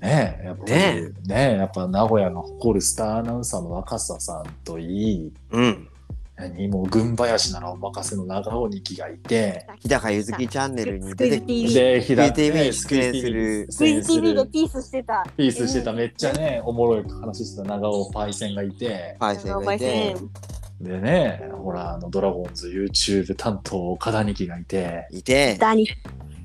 S2: ねえやっぱり
S3: ね
S2: ねえやっぱ名古屋の誇るスターアナウンサーの若狭さんといい
S3: うん
S2: 何もう群林ならお任せの長尾にきがいて
S3: 日高ゆずきチャンネルに出て
S1: スクイズ TV
S2: で平
S3: VTV
S2: ね
S3: に出演する
S1: スイー
S2: 出演す
S1: TV で
S2: る
S1: ピースしてた。
S2: ピースしてためっちゃねおもろい話してた長尾パイセンがいて
S3: パイセンが
S1: お
S3: いて
S1: ね。
S2: でねほらあのドラゴンズ YouTube 担当岡田にきがいて。
S3: いて
S1: ダニ。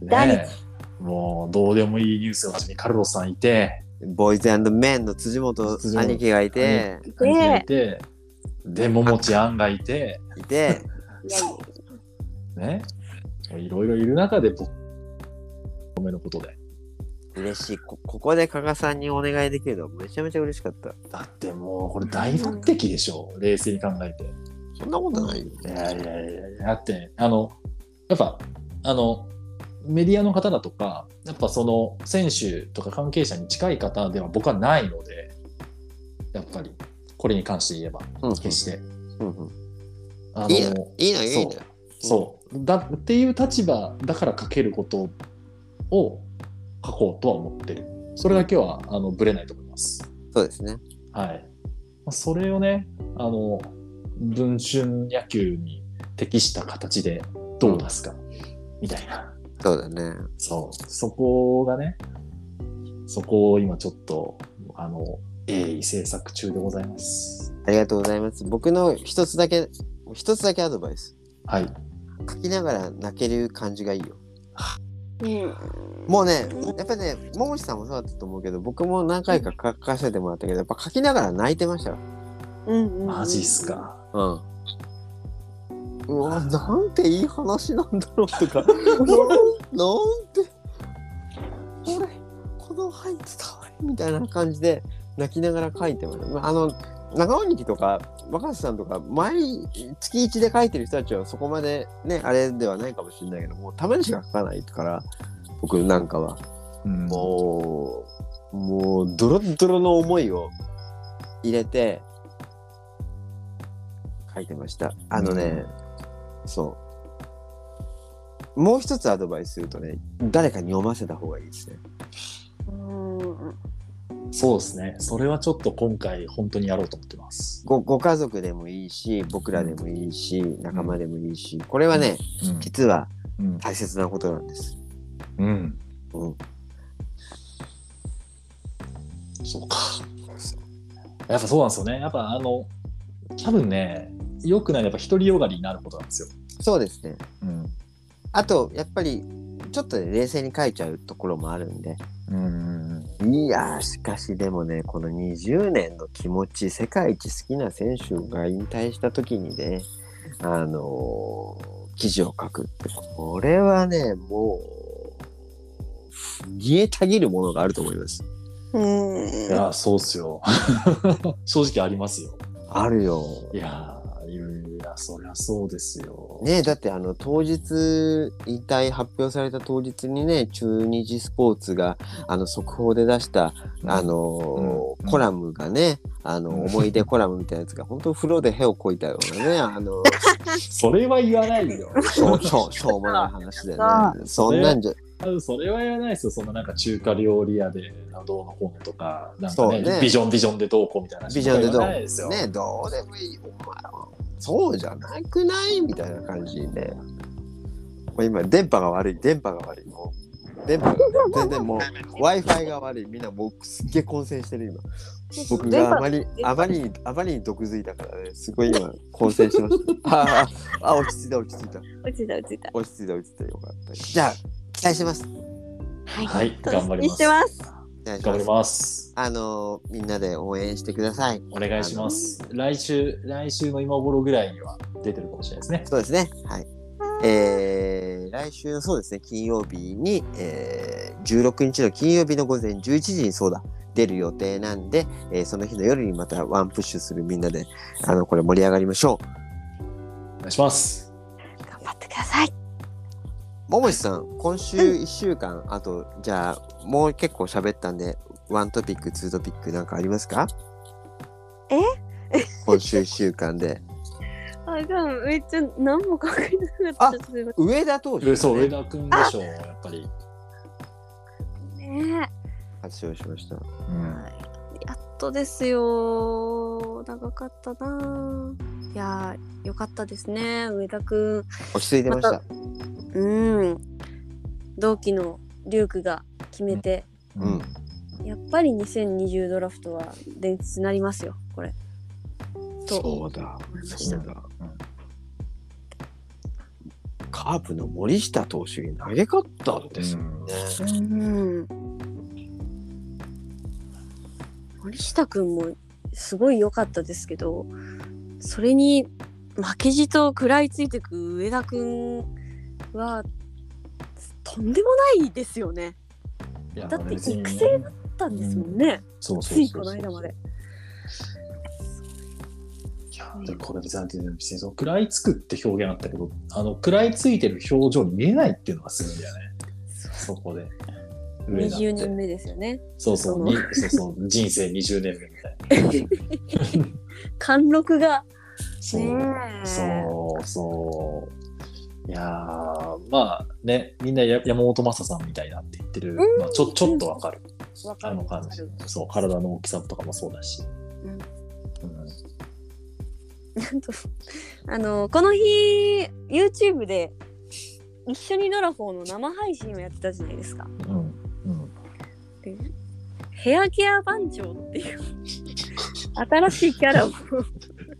S1: ダニ
S2: ねえ、もうどうでもいいニュースをはじめカルロスさんいて、
S3: ボーイズメンの辻元
S2: 辻元
S3: 兄貴がいて
S2: 感じがいて、で、桃地杏がいて、
S3: いて
S2: ね、もういろいろいる中で、僕、おめのことで。
S3: 嬉しいこここで加賀さんにお願いできるのはめちゃめちゃ嬉しかった
S2: だってもう、これ大抜擢でしょ、冷静に考えて。い
S3: そんなことないよ
S2: やいやいやいや、だって、あの、やっぱ、あの、メディアの方だとか、やっぱその選手とか関係者に近い方では僕はないので、やっぱり、これに関して言えば、
S3: うん
S2: 決して。
S3: うんうん
S2: あ
S3: いいよ
S2: の
S3: いいのよい
S2: そ
S3: いうのよ
S2: そうだっていう立場だから書けることを書こうとは思ってるそれだけはあのぶれないと思います
S3: そうですね
S2: はいまあそれをねあの文春野球に適した形でどう出すかみたいな
S3: そうだね
S2: そうそこがねそこを今ちょっとあの鋭意制作中でございます
S3: ありがとうございます僕の一つだけ一つだけアドバイス
S2: はい
S3: 書きながら泣ける感じがいいよ
S1: うん。
S3: もうねやっぱね桃地さんもそうだったと思うけど僕も何回か書かせてもらったけどやっぱ書きながら泣いてましたよ
S1: うんうん。
S2: マジっす。か
S3: うんうわなんていい話なんだろうと かなんなんて俺この範囲伝わりみたいな感じで泣きながら書いてましたまああの長尾日とか若狭さんとか毎月1で書いてる人たちはそこまでねあれではないかもしれないけどもうたまにしか書かないから僕なんかは
S2: うん
S3: もう、もう、ドロッドロの思いを入れて、書いてました。あのね、そう。もう一つアドバイスするとね、誰かに読ませた方がいいですね。
S1: うん。
S2: そうですね。それはちょっと今回本当にやろうと思ってます。
S3: ご、ご家族でもいいし、僕らでもいいし、仲間でもいいし、これはね、実は
S2: うん。
S3: 大切なことなんです。
S2: うん。
S3: うん。
S2: そうか。やっぱそうなんですよね。やっぱあの、多分ね、良くないのはやっぱ独りよがりになることなんですよ。
S3: そうですね。
S2: うん。
S3: あと、やっぱり、ちょっとね冷静に書いちゃうところもあるんで、
S2: うん。
S3: いやーしかしでもねこの20年の気持ち世界一好きな選手が引退した時にねあのー記事を書くってこれはねもう煮えたぎるものがあると思います
S1: うん。
S2: いや、そうっすよ。 正直ありますよ。
S3: あるよ
S2: いやー、いや、そりゃそうですよ。
S3: ねえだってあの当日引退発表された当日にね中日スポーツがあの速報で出したあのー
S2: うん
S3: コラムがね、あの
S2: うん
S3: 思い出コラムみたいなやつが本当風呂で屁をこいたようなね、あ の
S2: それは言わないよ。
S3: しょうしょうしょうもない話でね、そんなんじゃ、
S2: それは言わないですよ。そんななんか中華料理屋でどうのこうのとか、なんか
S3: そう
S2: ね、
S3: ね
S2: ビジョンビジョンでどうこうみたいな話
S3: ビジョンでど
S2: 言わないです
S3: う
S2: よ。
S3: ね、どうでもいい、お前はそうじゃなくないみたいな感じで、ね、もう今、電波が悪い、電波が悪い、もう、電波が全然もう、w i f i が悪い、みんなもうすっげえ混戦してる、今。僕があまり、あまりに、あまりに毒づいたからね、すごい今、混戦してました。ああ、あ、落ち着いた、落ち着いた。
S1: 落ちた落ちた。
S3: 落ち着いた落ち着いたよかったじゃあ期待してます
S2: はい、頑張ります。
S1: してます。
S3: お願いし
S2: 頑張ります。
S3: あのーみんなで応援してください
S2: お願いします。来週、来週の今頃ぐらいには出てるかもしれないですね。
S3: そうですねはいえーー来週のそうですね、金曜日に、えー16日の金曜日の午前11時にそうだ、出る予定なんで、えーその日の夜にまたワンプッシュするみんなで、あの、これ盛り上がりましょ
S2: お願いします。
S1: 頑張ってください。
S3: う。ももしさん、今週1週間、あと、じゃあ、もう結構喋ったんで、ワントピック、ツートピックなんかありますか
S1: え
S3: 今週1週間で。
S1: あ、でもめっちゃ何も考えなか
S3: かっ
S1: ったた。ちょっとすいま
S3: 上田投手、
S2: うそう、上田君でしょう、やっぱり。
S1: せんね。
S3: 発症しました。
S2: うん、
S1: やっとですよ。長かったなぁ。いやー、よかったですね、上田く
S3: 落ち着いてました。
S1: ん。うん。同期のリュークが決めて、
S3: うん
S1: やっぱり2020ドラフトは伝説になりますよ、これ。と
S3: うだ
S1: 思いました。
S3: そうだ。カープの森下投手に投げ勝ったんですもんね。
S1: うん。森下くんもすごい良かったですけど、それに負けじと食らいついてく上田くんはとんでもないですよね。
S2: いや
S1: だって
S2: 別にね
S1: 育成だったんですもんね。
S2: そうそうそうそう
S1: ついこの間まで。
S2: いやでこれ別に別にその食らいつくって表現あったけどあの食らいついてる表情に見えないっていうのがすごいんだよねそこで上だって
S1: 20年目ですよね。
S2: そうそうにそうそう人生20年目みたいな
S1: 貫禄が。
S2: そう、
S1: ねえ
S2: そうそういやーまあねみんなや山本昌さんみたいなって言ってるのはちょちょっとわかる、
S1: わか
S2: あ
S1: る
S2: の感じそう体の大きさとかもそうだし、
S1: うん
S2: うん
S1: なんと あのこの日 YouTube で一緒にドラフォーの生配信をやってたじゃないですか。
S2: うんうん、
S1: でヘアケア番長っていう新しいキャラを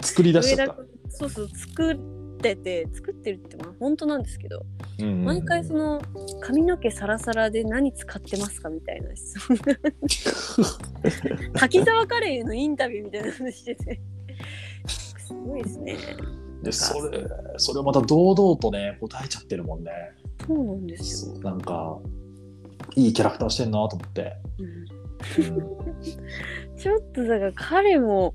S2: 作り出し
S1: 上
S2: ちゃっ
S1: 田
S2: た
S1: 君そうそう作ってて作ってるってまあ本当なんですけど、
S2: うんうんうん
S1: 毎回その髪の毛サラサラで何使ってますかみたいな質問 が滝沢カレーのインタビューみたいな話しててすごいですね。
S2: でそれそれをまた堂々とね答えちゃってるもんね
S1: そうなんですよ。
S2: なんかいいキャラクターしてんなと思 って、
S1: うん
S2: うん
S1: ちょっとだから彼も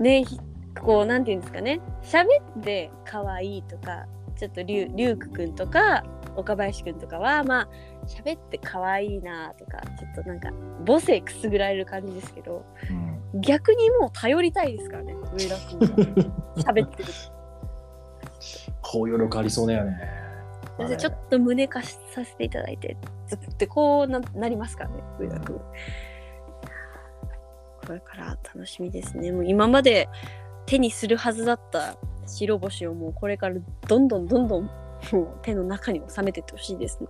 S1: ねひこうなんていうんですかね喋って可愛いとかちょっとリュリュウクくんとか岡林くんとかはまあ喋って可愛いなとかちょっとなんか母性くすぐられる感じですけど逆にもう頼りたいですからね上田くんが喋ってる
S2: 包容力ありそうだよね
S1: 先生ちょっと胸貸しさせていただいてずってこうななりますからね上田君これから楽しみですねもう今まで手にするはずだった白星をもうこれからどんどんどんどんもう手の中に収めてってほしいですね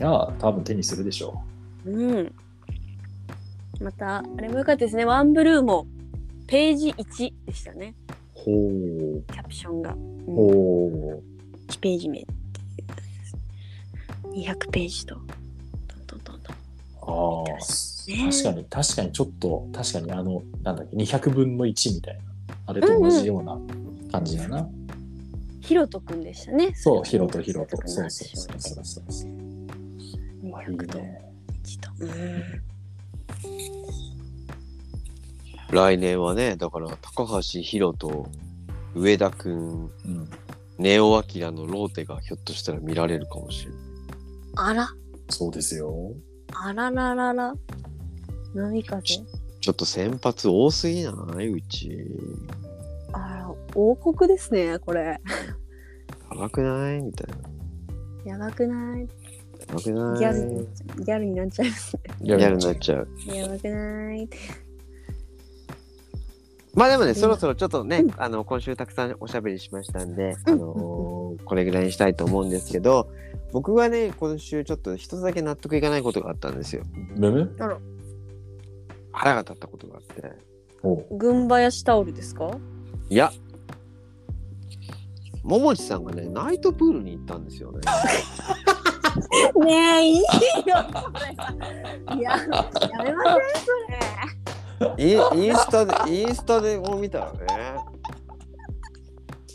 S2: いや多分手にするでしょ
S1: うんまたあれも良かったですねワンブルーもページ1でしたね
S2: うほ
S1: キャプションが
S2: うほ
S1: 1ページ目っていうやつです200ページとどんどんどんどん
S2: うああ確かに確かにちょっと確かにあのなんだっけ200分の1みたいなあれと同じような感じだな、
S1: ヒロトくんでしたね。
S2: そうヒロとヒロと
S1: そ
S2: そうう
S1: そ
S2: そうう
S1: そ
S2: そう
S1: そ
S2: うそうう。そうあいい
S1: 200と
S2: ね
S1: 1と。
S3: 来年はね、だから高橋宏と上田くん、
S2: うん
S3: ネオアキラのローテがひょっとしたら見られるかもしれない。
S1: あら、
S2: そうですよ
S1: あらららら。波風。
S3: ちょっと先発多すぎないうち。
S1: あら、王国ですね、これ。
S3: やばくないみたいな。
S1: やばくない
S3: やばくない
S1: ギャルにギャルになっちゃいます
S3: ギャルになっちゃう。
S1: ね。やばくない
S3: まあでもね、
S1: ん
S3: そろそろちょっとね、あの今週たくさんおしゃべりしましたんで、
S1: うん
S3: あのーこれぐらいにしたいと思うんですけど僕はね今週ちょっと一つだけ納得いかないことがあったんですよ
S2: むむ
S3: 腹が立ったことがあって
S2: おう
S1: 軍林タオルですか
S3: いや桃地さんがねナイトプールに行ったんですよ ね
S1: ねえ、いいよ、これ。いや、やめません、それ。
S3: インインスタでインスタでも見たらね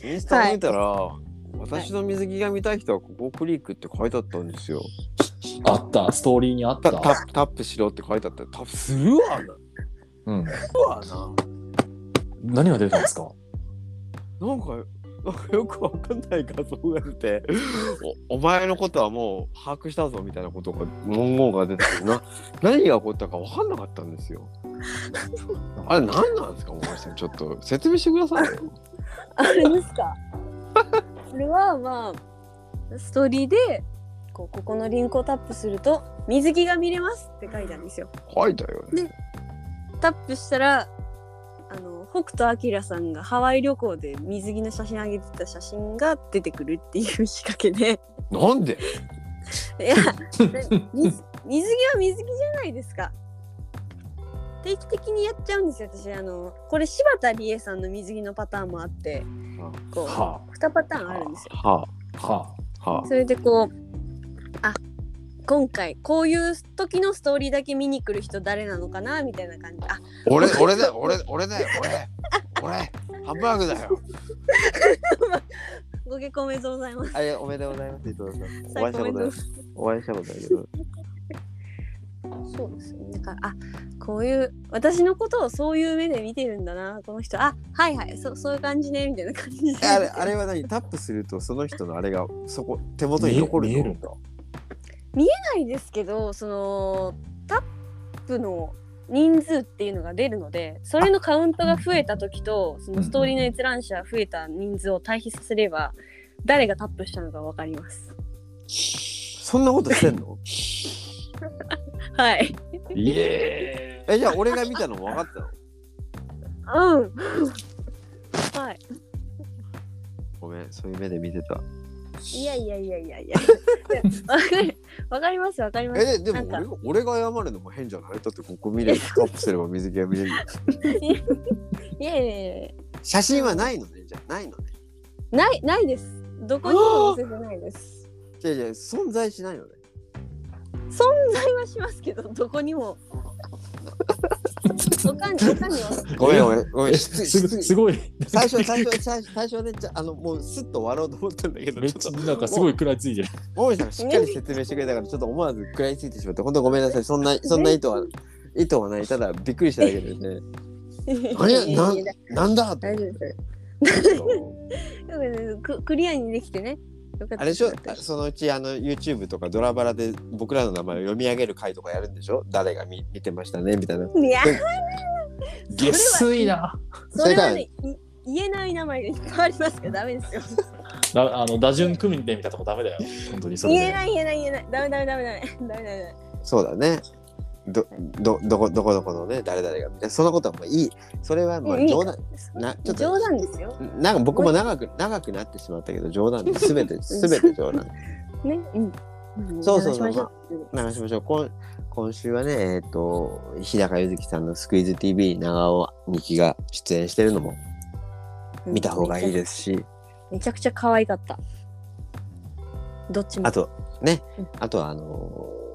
S3: インスタで見たら、私の水着が見たい人はここをクリックって書いてあったんですよ。
S2: あった、ストーリーにあったた
S3: タ。ップタップしろって書いてあったタップするわな。
S2: うん。
S3: するわな。
S2: 何が出たんですか
S3: なんかなんかよくわかんない画像が出ておお前のことはもう把握したぞみたいなことが文言が出てな 何が起こったかわかんなかったんです よ。あれ何なんですかお前さんちょっと説明してくださいよ。
S1: あれですかそれはまあストーリーでこうここのリンクをタップすると水着が見れますって書いてあるんですよ
S3: 書いたよね。
S1: タップしたらあの北斗晶さんがハワイ旅行で水着の写真上げてた写真が出てくるっていう仕掛けで
S3: なんで
S1: いや水水着は水着じゃないですか定期的にやっちゃうんですよ私あのこれ柴田理恵さんの水着のパターンもあってこう
S2: は
S1: 2パターンあるんですよ
S2: あ、
S3: は
S2: は
S3: あはあ
S1: それでこうあ今回こういう時のストーリーだけ見に来る人誰なのかなみたいな感じあ
S3: 俺俺だよ俺俺だよ俺俺ハンバーグだよ。
S1: ご結婚おめでとうございます
S3: あいやおめでとうございます。伊藤さんお会
S1: 最高
S3: いした
S1: おめでと
S3: ことな
S1: う
S3: いお会いしたことないけど。
S1: そうですよねだからあこういう私のことをそういう目で見てるんだなこの人あはいはいそそういう感じねみたいな感じで
S3: あれあれは何タップするとその人のあれがそこ手
S2: あ。
S3: 元に
S2: 見え
S3: 残る
S2: 見
S3: の
S2: えるんだ。
S1: ないですけどそのタップの人数っていうのが出るのでそれのカウントが増えた時とそのストーリーの閲覧者増えた人数を対比すれば誰がタップしたのかわかります。
S3: そんなことしてんの
S1: はい。
S2: イエ
S3: えじゃあ俺が見たのも分かったの
S1: うん。はい。
S3: ごめんそういう目で見てた
S1: いやいやいやいやいや。わかりわかりますわかりま
S3: え
S1: す。
S3: ででも
S1: なんか
S3: 俺が俺が謝るのも変じゃないだってここ見ればタップすれば水着が見れる
S1: いやいやいやいや
S3: 写真はないのねじゃあないのね
S1: ないないです。どこにも載せてないです。
S3: じゃあじゃあ存在しないのね
S1: 存在はしますけどどこにも。 おかんおかんには
S3: ごめんごめんごめん
S2: ー
S3: 失礼
S2: す
S3: 失
S2: ご
S3: 礼
S2: すごい、
S3: 最初最初最初最初はねじゃああのもうスッと笑おうと思ったんだけど
S2: めっ
S3: ち
S2: ち
S3: ょ
S2: ゃ
S3: っと
S2: なんかすごい食らいついてる。
S3: もみさんがしっかり説明してくれたからちょっと思わず食らいついてしまって本当ごめんなさいそんなそんな意図は意図はないただびっくりしただけですね何やなんなんだ
S1: 大丈夫です。よかったですククリアにできてね。よかった
S3: あれでし ょ
S1: 私
S3: そのうちあの YouTube とかドラバラで僕らの名前を読み上げる回とかやるんでしょ誰が見見てましたねみたいない
S1: や
S2: 下水な。
S1: それはねい言えない名前がいっぱいありますからダメ ですよ。
S2: だあの打順組んでみたいなとこダメだよ。本当にそれ
S1: 言え
S2: で。
S1: ない言えない言えないダメダメダメダメダメダメダメ
S3: そうだねどどどこどこどこのね誰々が見たそんなことはもういいそれはま
S1: う
S3: あ
S1: んいい
S3: 冗談なちょっと
S1: 冗談ですよ
S3: なんか僕も長く長くなってしまったけど冗談です べてすべて冗談
S1: ねうん
S3: そうそう
S1: 流しましょ
S3: 流しましょう今今週はねえっ、と日高柚月さんの「スクイズ TV」長尾美希が出演してるのも
S1: う
S3: 見た方がいい
S1: す
S3: ですし、
S1: めちゃくちゃ可愛かったどっちも
S3: あとね
S1: うん、
S3: あとはあのー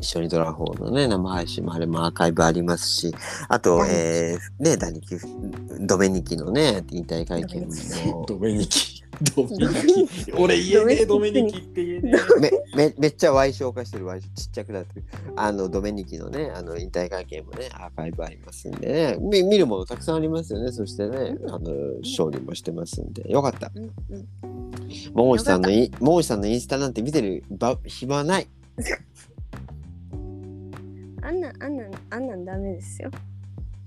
S3: 一緒にドラフォーのね、生配信もあれもアーカイブありますし、あと、
S1: はい
S3: えー、ね、ダニキ、ドベニキのね、引退会見 も、
S2: ドメニキ。ドメニキ。俺言えねえ、ド
S1: ド
S2: メ
S1: メ
S2: ニ
S1: ニ
S2: キ
S1: キ
S2: って言えね
S3: めめめっちゃ矮小化してる矮小ちっちゃくなってるあのドメニキのねあの引退会見もねアーカイブありますんでねみ見るものたくさんありますよねそしてねあの勝利もしてますんでよかった
S1: うんうん
S3: 桃地さんのイン桃地さんのインスタなんて見てるば暇ない
S1: あんなんあんなんあんなんダメですよ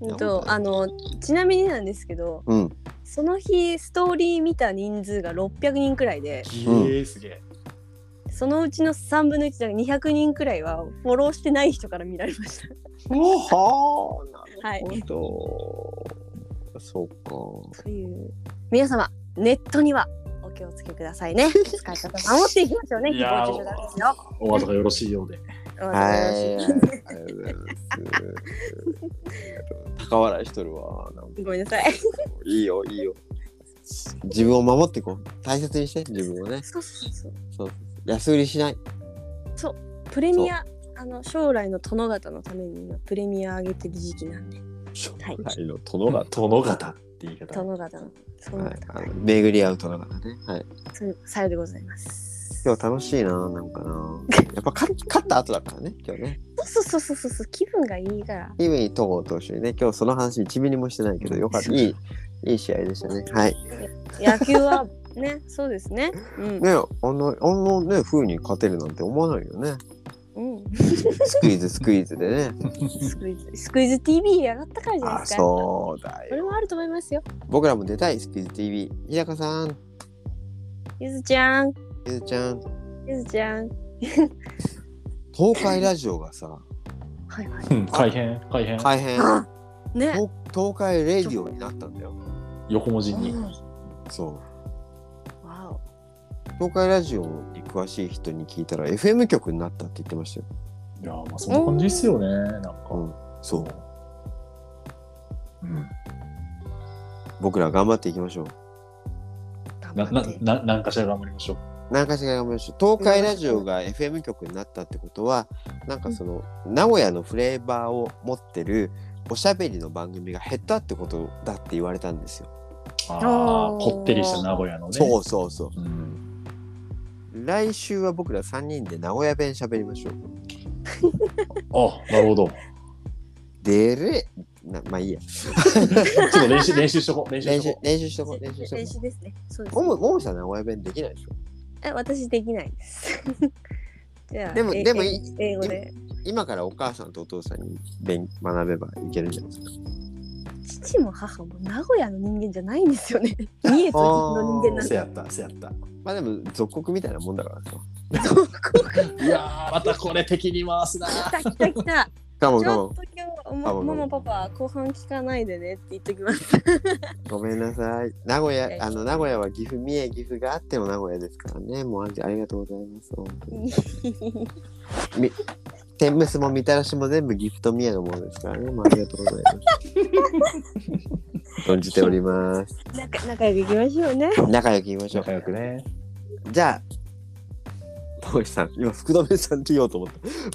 S3: や
S1: うんとあのちなみになんですけど
S3: うん
S1: その日ストーリー見た人数が600人くらいで
S2: え。げえ、すげえ。
S1: そのうちの3分の1だから200人くらいはフォローしてない人から見られました
S3: は
S1: はい
S3: なるほど。そうか。
S1: という皆様ネットにはお気をつけくださいね使い方守っていきましょうね
S2: い
S1: 誹謗
S2: やー
S1: 中傷ダメですよ
S2: お後がよろしいようで。
S3: はい。ありがとうございます。高笑いしとるわ。なんか
S1: ごめんなさい。
S3: いいよ、いいよ。自分を守っていこう。大切にして、自分をね。
S1: そうそうそう。
S3: そうそうそう安売りしない。
S1: プレミアあの将来の殿方のために今プレミア上げてる時期なんで
S3: 将
S1: はい
S3: 来の殿が、
S2: 殿方って言い方。
S1: 殿方のそ
S3: は
S1: の
S3: い、あの巡り合う殿方ね。はい。
S1: そういうさようでございます
S3: 今日楽しいな、なんかな。やっぱ勝勝った後だからね、今日ね。
S1: そうそうそうそうそう気分がいいから
S3: イブイ戸郷投手にね、今日その話1ミリもしてないけど、よかった。いい、いい試合でしたね。はい。
S1: 野球はねそうですね うん、
S3: ね、あの、あのね、風に勝てるなんて思わないよね。
S1: うん、
S3: スクイズ、スクイズでね。
S1: スクイズスクイズ TV 上がったからじゃない
S3: あ、
S1: ですかこ
S3: そうだ
S1: れ
S3: よ。
S1: もあると思いますよ
S3: 僕らも出たい、スクイズ TV。日高さん、
S1: ゆずちゃん
S3: ゆずちゃん。
S1: ゆずちゃん
S3: 東海ラジオがさ、
S1: はいはい
S2: うん、改変、改変。
S3: 大変、
S1: あね
S3: 東東海レディオになったんだよ。
S2: 横文字に。
S3: そう。
S1: わお
S3: 東海ラジオに詳しい人に聞いたら FM 局になったって言ってましたよ。
S2: いや、まあ、そんな感じですよね、なんか。
S3: うんそう。
S2: うん。
S3: 僕ら頑張っていきましょう。
S1: 頑張
S2: な、な
S1: っ、て
S2: な、なんかしら頑張りましょう。
S3: 何かしら頑張りましょう。東海ラジオが FM 局になったってことは、なんかその、名古屋のフレーバーを持ってるおしゃべりの番組が減ったってことだって言われたんですよ。
S2: ああ、
S1: おー
S2: こってりした名古屋のね。。
S3: そうそうそう
S2: ん。
S3: う。来週は僕ら3人で名古屋弁しゃべりましょう。
S2: あ、なるほど。
S3: でれなまあいいや。
S2: ちょっと練習、練習しとこう。練習
S3: 練
S2: し
S3: 習
S2: とこ
S3: 練習しとこう。練習しとこ
S1: 練習ですねそうですね
S3: う。ももももさん名古屋弁できないでしょ
S1: え私できないですじゃあ
S3: でも
S1: え
S3: でも
S1: え
S3: いい
S1: 英語で
S3: 今からお母さんとお父さんに勉学べばいけるんじゃないですか。
S1: 父も母も名古屋の人間じゃないんですよね三重と岐阜の人間
S2: う。
S1: なん
S2: せ
S1: で
S2: やった、せやった。
S3: まあでも属国みたいなもんだからさ。
S2: いやー、またこれ敵に回すな。
S1: 来た来た来た
S3: かも
S1: ち
S3: か
S1: ょ
S3: も
S1: っ。と今日お
S3: あ
S1: ま
S3: ごめ
S1: マ
S3: ん
S1: マパパ後半聞かないでねって言っときます。
S3: ごめんなさい。名古屋
S1: いやい、や
S3: あの名古屋は岐阜、三重、岐阜があっても名古屋ですからね。もうありがとうございます。本当に。天むすもみたらしも全部岐阜と三重のものですからね。もうありがとうございます。存じております。
S1: 仲仲良くいきましょうね。
S3: 仲良く言いましょ
S2: 仲良くね。
S3: う。じゃあ、ももしさん、今福留さんって言おうと思っ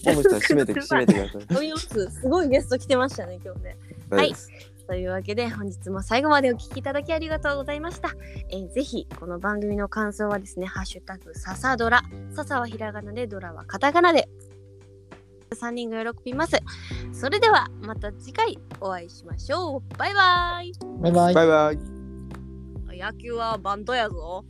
S3: た。ももしさん、閉め て、閉めてください。
S1: おみます。すごいゲスト来てましたね今日ね。はい
S3: 大丈夫です
S1: というわけで本日も最後までお聞きいただきありがとうございました、えー、ぜひこの番組の感想はですねハッシュタグササドラササはひらがなでドラはカタカナで3人が喜びますそれではまた次回お会いしましょうバイバイ
S2: バイバイ
S3: バイバイ。
S1: 野球はバンドやぞ